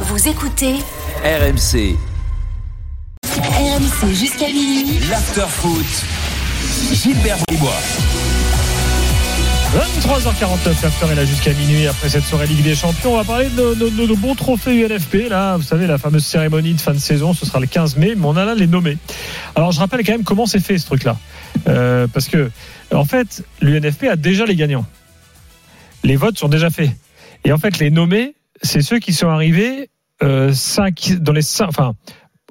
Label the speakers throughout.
Speaker 1: Vous écoutez
Speaker 2: RMC,
Speaker 1: RMC jusqu'à minuit.
Speaker 2: l'afterfoot, Gilbert Bribois.
Speaker 3: 23h49, l'after est là jusqu'à minuit après cette soirée Ligue des Champions. On va parler de nos de nos bons trophées UNFP, là, vous savez, la fameuse cérémonie de fin de saison, ce sera le 15 mai, mais on a là les nommés. Alors je rappelle quand même comment c'est fait ce truc-là. Euh, parce que, en fait, l'UNFP a déjà les gagnants. Les votes sont déjà faits. Et en fait, les nommés, c'est ceux qui sont arrivés euh, cinq- dans les cinq- enfin,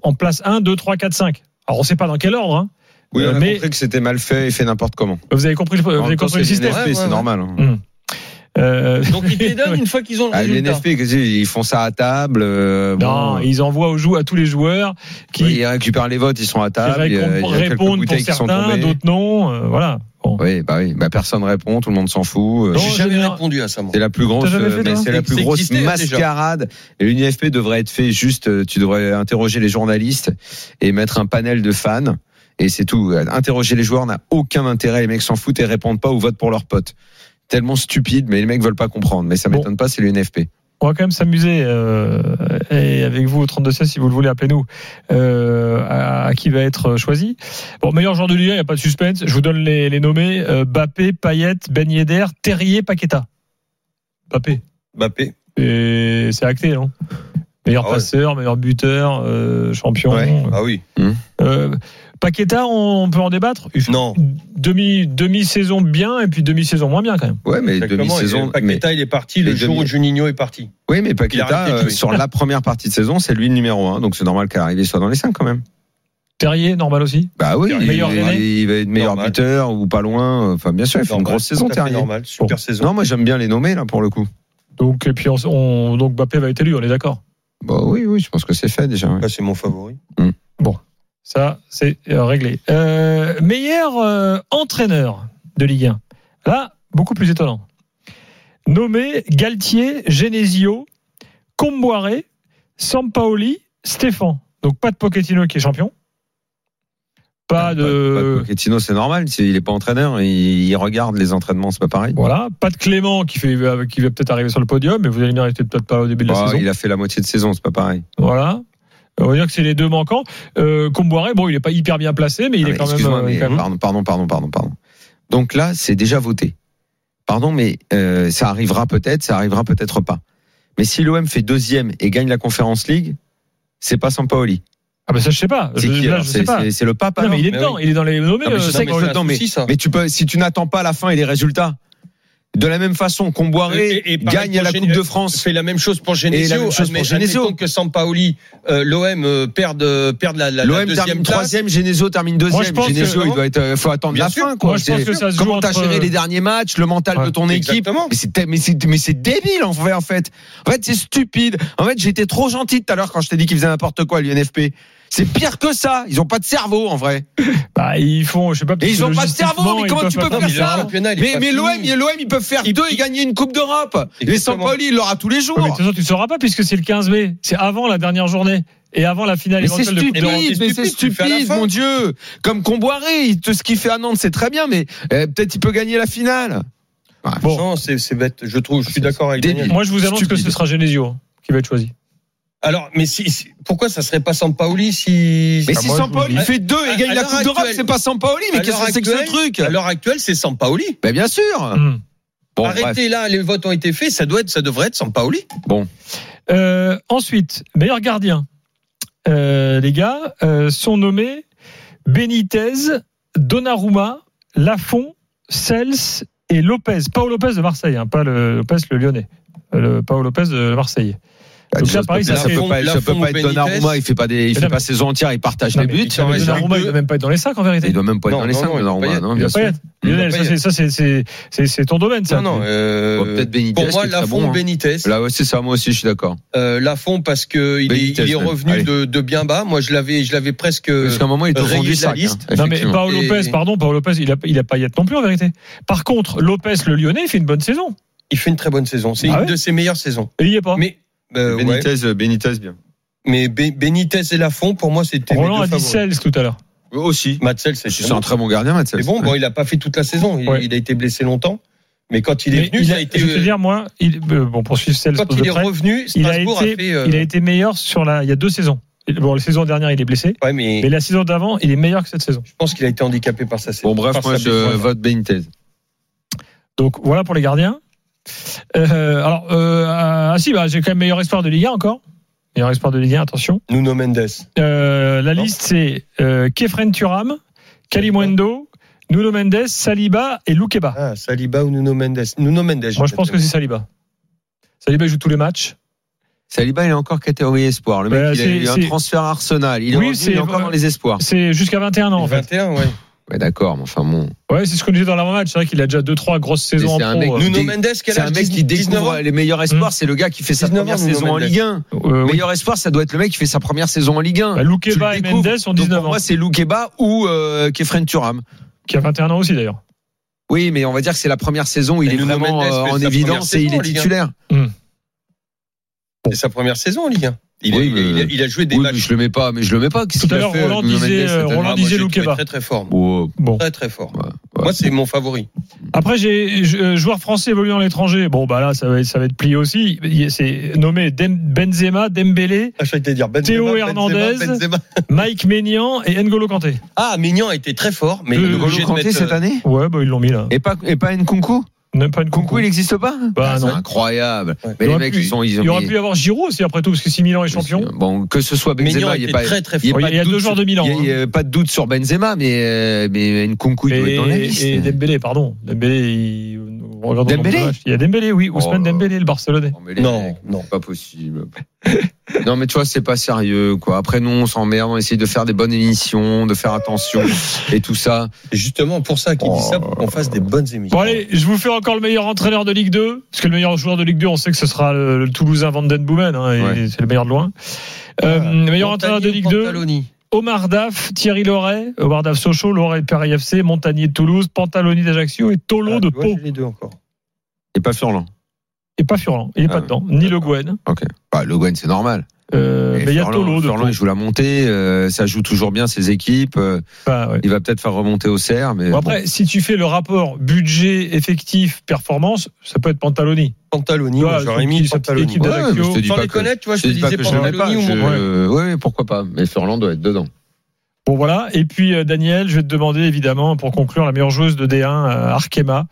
Speaker 3: en place 1, 2, 3, 4, 5. Alors on ne sait pas dans quel ordre, hein.
Speaker 4: Oui, on
Speaker 3: Euh,
Speaker 4: a
Speaker 3: mais-
Speaker 4: compris que c'était mal fait et fait n'importe comment.
Speaker 3: vous avez compris le, vous
Speaker 4: En
Speaker 3: avez
Speaker 4: même temps,
Speaker 3: compris
Speaker 4: c'est
Speaker 3: le système.
Speaker 4: l'INFP,
Speaker 5: Ouais, ouais,
Speaker 4: c'est
Speaker 5: ouais.
Speaker 4: normal. hein.
Speaker 3: Euh,
Speaker 5: Donc ils te les donnent une fois qu'ils ont le
Speaker 4: Ah,
Speaker 5: résultat.
Speaker 4: L'INFP, qu'est-ce que c'est ils font ça à table. euh,
Speaker 3: Non,
Speaker 4: bon,
Speaker 3: ils envoient aux jou- à tous les joueurs qui
Speaker 4: oui, ils récupèrent les votes, ils sont à
Speaker 3: c'est
Speaker 4: table.
Speaker 3: vrai
Speaker 4: Il y a,
Speaker 3: qu'on
Speaker 4: il y a quelques
Speaker 3: répondent pour
Speaker 4: bouteilles qui sont
Speaker 3: certains,
Speaker 4: tombées.
Speaker 3: d'autres non. euh, voilà. Bon.
Speaker 4: Oui, bah oui, bah personne répond, tout le monde s'en fout. euh,
Speaker 3: Non,
Speaker 5: J'ai jamais
Speaker 3: général-
Speaker 5: répondu à ça moi.
Speaker 4: C'est la plus grosse,
Speaker 3: T'as jamais
Speaker 4: euh,
Speaker 3: fait,
Speaker 4: mais
Speaker 3: toi
Speaker 4: c'est la
Speaker 5: C'est
Speaker 4: plus grosse
Speaker 5: existé, déjà.
Speaker 4: mascarade. Et l'UNFP devrait être fait juste. euh, Tu devrais interroger les journalistes et mettre un panel de fans. Et c'est tout. Interroger les joueurs n'a aucun intérêt. Les mecs s'en foutent et répondent pas ou votent pour leurs potes. Tellement stupide, mais les mecs veulent pas comprendre. Mais ça
Speaker 3: Bon.
Speaker 4: m'étonne pas, c'est l'UNFP.
Speaker 3: On va quand même s'amuser euh, et avec vous au 32 16 si vous le voulez, appelez-nous euh, à, à qui va être choisi. Bon, meilleur joueur de Ligue 1, il n'y a pas de suspense. Je vous donne les, les nommés euh, Bappé, Payet, Ben Yedder, Terrier, Paqueta. Bappé,
Speaker 5: Mbappé.
Speaker 3: Et c'est acté, non Meilleur
Speaker 5: Ah ouais.
Speaker 3: passeur, meilleur buteur, euh, champion.
Speaker 5: Ah oui.
Speaker 3: Euh, Paqueta, on peut en débattre Il fait
Speaker 5: Non.
Speaker 3: demi demi saison bien et puis demi saison moins bien quand même.
Speaker 4: Ouais, mais
Speaker 5: Exactement.
Speaker 4: demi-saison.
Speaker 5: Et Paqueta il est parti le
Speaker 4: mais
Speaker 5: jour
Speaker 4: demi-
Speaker 5: où Juninho est parti.
Speaker 4: mais- Oui, mais
Speaker 5: Il a
Speaker 4: Paqueta,
Speaker 5: arrêté de
Speaker 4: euh,
Speaker 5: jouer.
Speaker 4: sur la première partie de saison, c'est lui le numéro 1. Donc c'est normal qu'à l'arrivée, il soit dans les 5 quand même.
Speaker 3: Terrier normal aussi.
Speaker 4: Bah oui, il,
Speaker 3: Meilleur
Speaker 4: il-
Speaker 3: aîné.
Speaker 4: il va être meilleur
Speaker 5: Normal.
Speaker 4: buteur ou pas loin. Enfin, bien sûr, il fait une
Speaker 5: Normal,
Speaker 4: grosse saison,
Speaker 5: tout à fait
Speaker 4: Terrier.
Speaker 5: Normal. Super
Speaker 3: Bon.
Speaker 5: saison.
Speaker 4: Non, moi j'aime bien les nommer là pour le coup.
Speaker 3: Donc et puis on, on- donc Mbappé va être élu, on est d'accord.
Speaker 4: Bah oui, oui, je pense que c'est fait déjà. ouais.
Speaker 5: Bah, c'est mon favori.
Speaker 3: Ça c'est euh, réglé. Euh, meilleur euh, entraîneur de Ligue 1. Là beaucoup plus étonnant. Nommé Galtier, Genesio, Comboiré, Sampaoli, Stéphane. Donc pas de Pochettino qui est champion. Pas
Speaker 4: Ah, Pas pas de
Speaker 3: de
Speaker 4: Pochettino, c'est normal. c'est- Il est pas entraîneur, il, il regarde les entraînements, c'est pas pareil.
Speaker 3: Voilà, pas de Clément qui, fait, euh, qui va peut-être arriver sur le podium, mais vous allez me dire, il était peut-être pas au début de la
Speaker 4: Bah,
Speaker 3: saison.
Speaker 4: il a fait la moitié de saison, c'est pas pareil.
Speaker 3: Voilà. On va dire que c'est les deux manquants. Euh, Comboiré, bon, il est pas hyper bien placé, mais il
Speaker 4: Ah,
Speaker 3: est
Speaker 4: mais
Speaker 3: quand même.
Speaker 4: excuse-moi,
Speaker 3: euh, il
Speaker 4: mais
Speaker 3: est quand même-
Speaker 4: Pardon, pardon, pardon, pardon, pardon. Donc là, c'est déjà voté. Pardon, mais euh, ça arrivera peut-être, ça arrivera peut-être pas. Mais si l'OM fait deuxième et gagne la Conférence League, c'est pas Sampaoli.
Speaker 3: Ah, bah ça, je sais pas.
Speaker 4: C'est
Speaker 3: Je-
Speaker 4: qui
Speaker 3: là,
Speaker 4: alors
Speaker 3: je
Speaker 4: C'est-
Speaker 3: sais pas.
Speaker 4: c'est- C'est le pape.
Speaker 3: Non,
Speaker 4: alors
Speaker 3: mais il est
Speaker 5: Mais
Speaker 3: dedans,
Speaker 5: oui.
Speaker 3: il est dans les nommés.
Speaker 4: Non, mais
Speaker 3: euh,
Speaker 4: je sais
Speaker 3: c'est
Speaker 4: que
Speaker 3: quand-
Speaker 4: je
Speaker 5: c'est un
Speaker 4: t'en mets.
Speaker 5: souci, ça.
Speaker 4: Mais tu peux, si tu n'attends pas la fin et les résultats, de la même façon,
Speaker 3: Euh,
Speaker 4: Comboiré
Speaker 5: Et- et- et pareil
Speaker 4: gagne à
Speaker 5: pour
Speaker 4: la
Speaker 5: Gén-
Speaker 4: Coupe de
Speaker 5: euh,
Speaker 4: France.
Speaker 5: Fait la même chose pour
Speaker 4: Et la
Speaker 5: Genesio.
Speaker 4: même chose pour
Speaker 5: Admet-
Speaker 4: Genesio.
Speaker 5: admettons que Sampaoli, euh, l'OM euh, perde, euh, perde la, la, la
Speaker 4: L'OM
Speaker 5: deuxième
Speaker 4: termine
Speaker 5: place.
Speaker 4: troisième, Genesio termine
Speaker 3: Moi, je
Speaker 4: deuxième.
Speaker 3: pense que-
Speaker 4: Genesio, il doit être, euh, faut attendre
Speaker 5: Bien
Speaker 4: la
Speaker 5: sûr.
Speaker 4: fin, quoi.
Speaker 3: Moi, je pense
Speaker 4: C'est-
Speaker 3: que ça se joue
Speaker 4: Comment t'as
Speaker 3: entre- euh,
Speaker 4: géré les derniers matchs, le mental
Speaker 3: Ouais.
Speaker 4: de ton équipe.
Speaker 5: Exactement.
Speaker 4: Mais c'est, dé- mais c'est, mais c'est débile, en fait, en fait. En fait, c'est stupide. En fait, j'étais trop gentil tout à l'heure quand je t'ai dit qu'ils faisaient n'importe quoi, l'UNFP. C'est pire que ça. Ils ont pas de cerveau, en vrai.
Speaker 3: Bah, ils font, je sais pas.
Speaker 4: Mais ils ont pas de cerveau,
Speaker 3: logistiquement,
Speaker 4: mais comment
Speaker 3: ils
Speaker 4: tu
Speaker 3: peuvent
Speaker 4: peux
Speaker 3: pas
Speaker 4: faire
Speaker 3: faire
Speaker 4: ça
Speaker 5: championnat, il est
Speaker 4: Mais,
Speaker 5: pas
Speaker 4: mais
Speaker 5: fini.
Speaker 4: l'OM, et l'OM, ils peuvent faire
Speaker 5: Ils-
Speaker 4: deux et gagner une Coupe d'Europe. Et
Speaker 5: Exactement.
Speaker 4: Sampaoli, il l'aura tous les
Speaker 3: Ouais, mais de
Speaker 4: jours.
Speaker 3: toute façon, tu ne sauras pas puisque c'est le 15 mai. C'est avant la dernière journée et avant la finale
Speaker 4: Mais c'est
Speaker 3: éventuelle de Coupe
Speaker 4: stupide,
Speaker 3: d'Europe.
Speaker 4: mais c'est
Speaker 5: stupide, tu le fais à la
Speaker 4: stupide,
Speaker 5: fin.
Speaker 4: mon Dieu. Comme Comboiré, il- tout ce qu'il fait à Nantes, c'est très bien, mais euh, peut-être il peut gagner la finale. Ouais.
Speaker 3: Bon.
Speaker 5: Non, c'est c'est bête. Je trouve. Je suis d'accord avec
Speaker 4: Débile.
Speaker 5: Daniel.
Speaker 3: Moi, je vous annonce que
Speaker 4: Stupide.
Speaker 3: ce sera Genesio hein, qui va être choisi.
Speaker 5: Alors, mais si, si- pourquoi ça serait pas Sampaoli si
Speaker 4: Mais
Speaker 3: Ah,
Speaker 4: si
Speaker 3: moi, je
Speaker 4: Sampaoli
Speaker 3: vous
Speaker 4: il
Speaker 5: dis-
Speaker 4: fait deux
Speaker 5: À-
Speaker 4: et gagne
Speaker 5: à
Speaker 4: la
Speaker 5: l'heure
Speaker 4: Coupe d'Europe,
Speaker 5: actuelle-
Speaker 4: c'est pas Sampaoli, mais
Speaker 5: À
Speaker 4: qu'est-ce
Speaker 5: l'heure
Speaker 4: que c'est que ce
Speaker 5: actuelle-
Speaker 4: truc
Speaker 5: à l'heure actuelle c'est Sampaoli.
Speaker 4: Ben bien sûr.
Speaker 3: Hum.
Speaker 4: Bon, bref.
Speaker 5: Arrêtez là, les votes ont été faits, ça doit être, ça devrait être Sampaoli.
Speaker 3: Euh, ensuite, meilleur gardien. Euh, les gars euh, sont nommés Benitez, Donnarumma, Lafont, Sels et Lopez. Paolo Lopez de Marseille, hein, pas le Lopez le Lyonnais. Euh, Le Paolo Lopez de Marseille.
Speaker 5: Ah,
Speaker 4: Bah,
Speaker 3: Donc
Speaker 4: déjà,
Speaker 3: là, pareil,
Speaker 4: ça
Speaker 3: ça
Speaker 4: peut
Speaker 3: fait
Speaker 4: pas, ça peut
Speaker 5: Lafont
Speaker 4: pas
Speaker 5: ou
Speaker 4: être
Speaker 5: Benitez.
Speaker 4: Donnarumma, il fait pas des, il
Speaker 3: Mais
Speaker 4: fait
Speaker 3: non,
Speaker 4: pas
Speaker 3: mais-
Speaker 4: saison entière, il partage
Speaker 3: Non,
Speaker 4: les
Speaker 3: mais
Speaker 4: buts.
Speaker 3: putain,
Speaker 4: ça,
Speaker 3: mais
Speaker 4: ouais, ça-
Speaker 3: Donnarumma, il doit même pas être dans les sacs en vérité.
Speaker 4: Il doit même pas être
Speaker 5: Non,
Speaker 4: dans les
Speaker 5: non,
Speaker 4: cinq,
Speaker 5: non, il doit pas
Speaker 4: Donnarumma.
Speaker 5: y
Speaker 4: non,
Speaker 3: Il
Speaker 4: bien
Speaker 3: doit pas
Speaker 4: sûr.
Speaker 3: y être. Lionel,
Speaker 5: doit
Speaker 3: ça,
Speaker 5: pas y
Speaker 3: c'est- ça, c'est- c'est c'est- c'est ton domaine, ça.
Speaker 5: Non, non. euh,
Speaker 4: Bon, peut-être Benitez,
Speaker 5: Pour moi,
Speaker 4: qui est très
Speaker 5: Lafont,
Speaker 4: bon, hein.
Speaker 5: Benitez.
Speaker 4: Là, ouais, c'est ça, moi aussi, je suis d'accord.
Speaker 5: Euh, Lafont parce que il est,
Speaker 4: Benitez,
Speaker 5: il est
Speaker 4: même.
Speaker 5: revenu
Speaker 4: Allez.
Speaker 5: de, de bien bas. Moi, je l'avais, je l'avais presque.
Speaker 4: Parce qu'à un moment, il te
Speaker 5: Rayé
Speaker 4: rend
Speaker 5: de
Speaker 4: du
Speaker 5: la
Speaker 4: sac.
Speaker 5: liste.
Speaker 4: hein,
Speaker 3: Non mais
Speaker 4: effectivement.
Speaker 3: Paolo
Speaker 5: Et-
Speaker 3: Lopez, pardon, Paolo Lopez, il a, il a pas y être non plus en vérité. Par contre, Lopez le Lyonnais fait une bonne saison.
Speaker 5: Il fait une très bonne saison. C'est
Speaker 3: Ah
Speaker 5: une
Speaker 3: ouais
Speaker 5: de ses meilleures saisons.
Speaker 3: Et il y est pas.
Speaker 5: Mais euh, ouais.
Speaker 4: Ah. Benitez, euh, Benitez, bien.
Speaker 5: mais Be- Benitez et Lafont, pour moi, c'était
Speaker 3: Roland
Speaker 5: mes
Speaker 3: a
Speaker 5: deux
Speaker 3: dit
Speaker 5: favoris.
Speaker 3: Sels tout à l'heure.
Speaker 4: Aussi.
Speaker 5: Matzel, c'est
Speaker 4: C'est un très bon gardien, Mathieu.
Speaker 5: Mais bon, bon, il a pas fait toute la saison. Il,
Speaker 3: Ouais.
Speaker 5: il a été blessé longtemps. Mais quand il est
Speaker 3: Mais
Speaker 5: venu,
Speaker 3: il
Speaker 5: ça
Speaker 3: a-
Speaker 5: a été.
Speaker 3: je veux dire, moi, il, euh, bon, pour suivre celle
Speaker 5: Quand
Speaker 3: de
Speaker 5: il est
Speaker 3: près,
Speaker 5: revenu,
Speaker 3: il a
Speaker 5: Strasbourg a,
Speaker 3: été,
Speaker 5: fait. euh,
Speaker 3: il a été meilleur sur la, il y a deux saisons. Et Bon, la saison dernière, il est blessé,
Speaker 5: Ouais, mais
Speaker 3: mais la saison d'avant, il est meilleur que cette saison.
Speaker 5: je pense qu'il a été handicapé par sa saison.
Speaker 4: Bon, bref,
Speaker 5: par
Speaker 4: moi,
Speaker 5: sa
Speaker 4: je
Speaker 5: blessure.
Speaker 4: vote Benitez.
Speaker 3: Donc voilà pour les gardiens. Euh, alors, euh, ah si, bah, j'ai quand même meilleur espoir de Ligue 1 encore. Meilleur espoir de Ligue 1, attention.
Speaker 5: Nuno Mendes.
Speaker 3: Euh, la
Speaker 5: Non.
Speaker 3: liste, c'est euh, Kefren Turam, Kalimundo, Nuno Mendes, Saliba et Loukeba.
Speaker 5: Ah, Saliba ou Nuno Mendes. Nuno Mendes.
Speaker 3: Moi, je pense que c'est Saliba. Saliba il joue tous les matchs.
Speaker 4: Saliba, il est encore catégorie espoir. Le mec,
Speaker 3: Bah,
Speaker 4: il a
Speaker 3: c'est-
Speaker 4: eu un
Speaker 3: c'est-
Speaker 4: transfert à Arsenal. Il, est
Speaker 3: Oui,
Speaker 4: revenu, il est
Speaker 3: c'est-
Speaker 4: encore dans les espoirs.
Speaker 3: C'est jusqu'à 21 ans, en fait.
Speaker 5: 21, ouais.
Speaker 4: Ouais, d'accord, mais enfin bon.
Speaker 3: Ouais, c'est ce qu'on disait dans l'avant-match. C'est vrai qu'il a déjà 2-3 grosses saisons en
Speaker 4: c'est un mec
Speaker 3: pro. euh,
Speaker 5: Nuno
Speaker 4: Dé-
Speaker 5: Mendes, quel
Speaker 4: C'est un
Speaker 5: âge
Speaker 4: mec qui
Speaker 5: 19 ans
Speaker 4: découvre les meilleurs espoirs.
Speaker 3: Mmh.
Speaker 4: C'est le gars qui fait sa
Speaker 5: 19 ans,
Speaker 4: première
Speaker 5: Nuno
Speaker 4: saison en
Speaker 5: Mendes.
Speaker 4: Ligue 1.
Speaker 3: euh, oui.
Speaker 4: Meilleur espoir, ça doit être le mec qui fait sa première saison en Ligue 1.
Speaker 3: Bah, Loukeba et Mendes ont 19 ans.
Speaker 4: Moi, c'est Loukeba ou euh, Kefren Turam.
Speaker 3: Qui a 21 ans aussi, d'ailleurs.
Speaker 4: Oui, mais on va dire que c'est la première saison où il
Speaker 5: Et
Speaker 4: est
Speaker 5: Nuno
Speaker 4: vraiment
Speaker 5: Mendes
Speaker 4: euh,
Speaker 5: fait
Speaker 4: en
Speaker 5: sa
Speaker 4: évidence
Speaker 5: première
Speaker 4: et il
Speaker 5: saison
Speaker 4: est
Speaker 5: en Ligue un.
Speaker 4: titulaire.
Speaker 5: C'est sa première saison en Ligue 1. Il, a-
Speaker 4: Oui,
Speaker 5: il a,
Speaker 4: mais-
Speaker 5: il a- il a joué des
Speaker 4: Oui, mais
Speaker 5: matchs.
Speaker 4: je le mets pas, mais je le mets pas. Qu'est-ce
Speaker 3: Tout à
Speaker 4: qu'il a
Speaker 3: l'heure,
Speaker 4: fait,
Speaker 3: Roland
Speaker 4: Nuno Mendes,
Speaker 3: disait,
Speaker 4: cette
Speaker 3: euh,
Speaker 4: année
Speaker 3: Roland
Speaker 5: Ah, moi,
Speaker 3: disait
Speaker 5: j'ai trouvé
Speaker 3: Loukeba.
Speaker 5: Très très fort.
Speaker 4: Wow.
Speaker 3: Bon.
Speaker 5: Très très fort.
Speaker 4: Ouais, ouais.
Speaker 5: Moi, c'est mon favori.
Speaker 3: Après, j'ai euh, joueur français évoluant à l'étranger. Bon, bah là, ça va être, ça va être plié aussi. Il- C'est nommé Dem- Benzema, Dembélé,
Speaker 5: Ah, je vais te dire Benzema,
Speaker 3: Théo
Speaker 5: Benzema,
Speaker 3: Hernandez.
Speaker 5: Benzema.
Speaker 3: Mike Maignan et N'Golo Kanté.
Speaker 5: Ah, Mignon a été très fort, mais
Speaker 3: Euh,
Speaker 5: il est
Speaker 3: N'Golo
Speaker 5: obligé
Speaker 4: N'Golo
Speaker 5: de
Speaker 4: Kanté
Speaker 5: mettre,
Speaker 4: cette
Speaker 5: euh,
Speaker 4: année
Speaker 3: Ouais, bah ils l'ont mis là.
Speaker 4: et pas, et pas Nkunku
Speaker 3: Même pas une
Speaker 4: Nkunku,
Speaker 3: coucou.
Speaker 4: il n'existe pas
Speaker 3: Bah
Speaker 4: C'est
Speaker 3: non.
Speaker 4: incroyable.
Speaker 5: Ouais.
Speaker 4: Mais
Speaker 3: Il
Speaker 4: les
Speaker 3: aurait
Speaker 4: mecs,
Speaker 3: pu-
Speaker 4: ils ont. Ils ont
Speaker 3: Il aurait
Speaker 4: mais-
Speaker 3: pu y avoir Giroud aussi après tout, parce que si Milan est champion.
Speaker 4: Bon, que ce soit
Speaker 5: Mignon
Speaker 4: Benzema,
Speaker 5: a
Speaker 4: il n'y
Speaker 5: été
Speaker 4: a pas.
Speaker 5: très très
Speaker 4: y
Speaker 5: fort.
Speaker 3: Oui,
Speaker 4: pas
Speaker 3: il y a
Speaker 4: de
Speaker 3: deux
Speaker 4: doute
Speaker 3: joueurs de Milan.
Speaker 4: Il y a- il y
Speaker 3: hein.
Speaker 4: a pas de doute sur Benzema, mais, euh, mais Nkunku, il doit être dans la liste.
Speaker 3: Et, et Dembélé, pardon. Dembélé, il... on regarde dans le
Speaker 4: Dembélé
Speaker 3: match. Il y a Dembélé, oui.
Speaker 4: Oh
Speaker 3: Ousmane
Speaker 4: là là.
Speaker 3: Dembélé, le Barcelonais.
Speaker 4: Non, mais les
Speaker 5: Non,
Speaker 4: mecs,
Speaker 5: non.
Speaker 4: c'est pas possible. non, mais tu vois, c'est pas sérieux, quoi. Après, nous, on s'emmerde, on essaye de faire des bonnes émissions, de faire attention et tout ça.
Speaker 5: C'est justement pour ça qu'il dit ça, pour qu'on fasse des bonnes émissions.
Speaker 3: Bon allez, je vous fais encore le meilleur entraîneur de Ligue 2, parce que le meilleur joueur de Ligue 2, on sait que ce sera le, le Toulousain Van Den Boomen, hein, et
Speaker 4: Ouais.
Speaker 3: c'est le meilleur de loin. Euh, le meilleur entraîneur de
Speaker 5: Montagnier,
Speaker 3: Ligue 2,
Speaker 5: Pantaloni.
Speaker 3: Omar Daf, Thierry Loret, Omar Daf Sochaux, Loret de Paris FC, Montagnier de Toulouse, Pantaloni d'Ajaccio et Tolo
Speaker 5: Ah,
Speaker 3: de
Speaker 5: tu vois,
Speaker 3: Pau.
Speaker 5: j'ai Les deux encore.
Speaker 4: Et pas Furlan.
Speaker 3: Et pas Furlan, il est
Speaker 4: Ah,
Speaker 3: pas dedans, ni Le Gouen.
Speaker 4: Ok. Bah, Le Guen, c'est normal.
Speaker 3: Euh, mais il y a
Speaker 4: Furlan-
Speaker 3: Tolo de
Speaker 4: Furlan,
Speaker 3: Pau.
Speaker 4: il joue la montée, euh, ça joue toujours bien ses équipes. euh,
Speaker 3: Enfin, Ah, ouais.
Speaker 4: il va peut-être faire remonter au cerf, mais.
Speaker 3: Bon,
Speaker 4: bon.
Speaker 3: après, si tu fais le rapport budget, effectif, performance, ça peut être Pantaloni.
Speaker 5: Pantaloni,
Speaker 3: Voilà,
Speaker 5: moi, j'aurais
Speaker 3: son
Speaker 5: mis
Speaker 3: équipe- son
Speaker 5: Pantaloni.
Speaker 3: équipe
Speaker 4: Ouais,
Speaker 3: d'Ajaccio.
Speaker 4: mais je te dis
Speaker 5: Sans
Speaker 4: pas que.
Speaker 5: déconner, tu vois,
Speaker 4: je
Speaker 5: je
Speaker 4: te dis pas
Speaker 5: disais
Speaker 4: que je l'aimais pas.
Speaker 5: Pantaloni ou
Speaker 4: je-
Speaker 5: Montagnier.
Speaker 4: euh, ouais, ouais, pourquoi pas. Mais Furlan doit être dedans.
Speaker 3: Bon voilà, et puis euh, Daniel, je vais te demander évidemment pour conclure la meilleure joueuse de D1, euh, Arkema,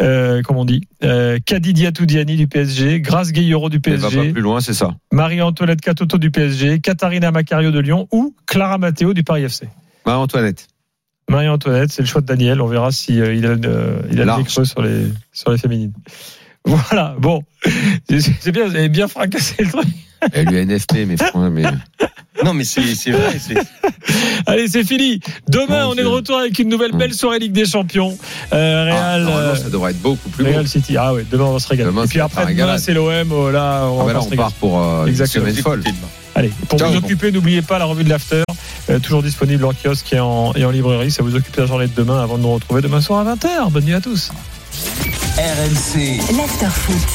Speaker 3: euh, comme on dit, euh, Kadi Diatoudiani du PSG, Grace Guillero du
Speaker 4: Il va pas
Speaker 3: PSG,
Speaker 4: plus loin, c'est ça.
Speaker 3: Marie-Antoinette Catoto du PSG, Katharina Macario de Lyon ou Clara Matteo du Paris FC.
Speaker 4: Bah, Marie-Antoinette.
Speaker 3: Marie-Antoinette, c'est le choix de Daniel, on verra si euh, il a, euh, il a
Speaker 4: Large.
Speaker 3: des creux sur les, sur les féminines. Voilà, bon, c'est c'est bien, vous avez bien fracassé le truc.
Speaker 4: Et l'UNFP, mais. franchement, mais...
Speaker 5: Non, mais c'est c'est vrai. c'est-
Speaker 3: Allez, c'est fini. Demain,
Speaker 4: Bon,
Speaker 3: on est de
Speaker 4: c'est-
Speaker 3: retour avec une nouvelle belle soirée Ligue des Champions. Euh,
Speaker 4: Mm. Ah,
Speaker 3: Real.
Speaker 4: normalement,
Speaker 3: euh,
Speaker 4: ça devrait être beaucoup plus beau.
Speaker 3: Real City. Ah ouais, demain on va se régaler.
Speaker 4: Demain,
Speaker 3: et puis
Speaker 4: c'est
Speaker 3: après
Speaker 4: la
Speaker 3: demain
Speaker 4: régalade.
Speaker 3: c'est l'OM, oh là on
Speaker 4: Ah bah
Speaker 3: va
Speaker 4: là,
Speaker 3: pas se
Speaker 4: on
Speaker 3: régaler.
Speaker 4: part pour euh, une
Speaker 3: Exactement.
Speaker 4: semaine folle.
Speaker 3: Allez, pour
Speaker 4: Ciao.
Speaker 3: vous occuper, n'oubliez pas la revue de l'after, euh, toujours disponible en kiosque et en, et en librairie. Ça vous occupe la journée de demain avant de nous retrouver demain soir à 20h. Bonne nuit à tous.
Speaker 2: RMC.
Speaker 1: l'afterfoot.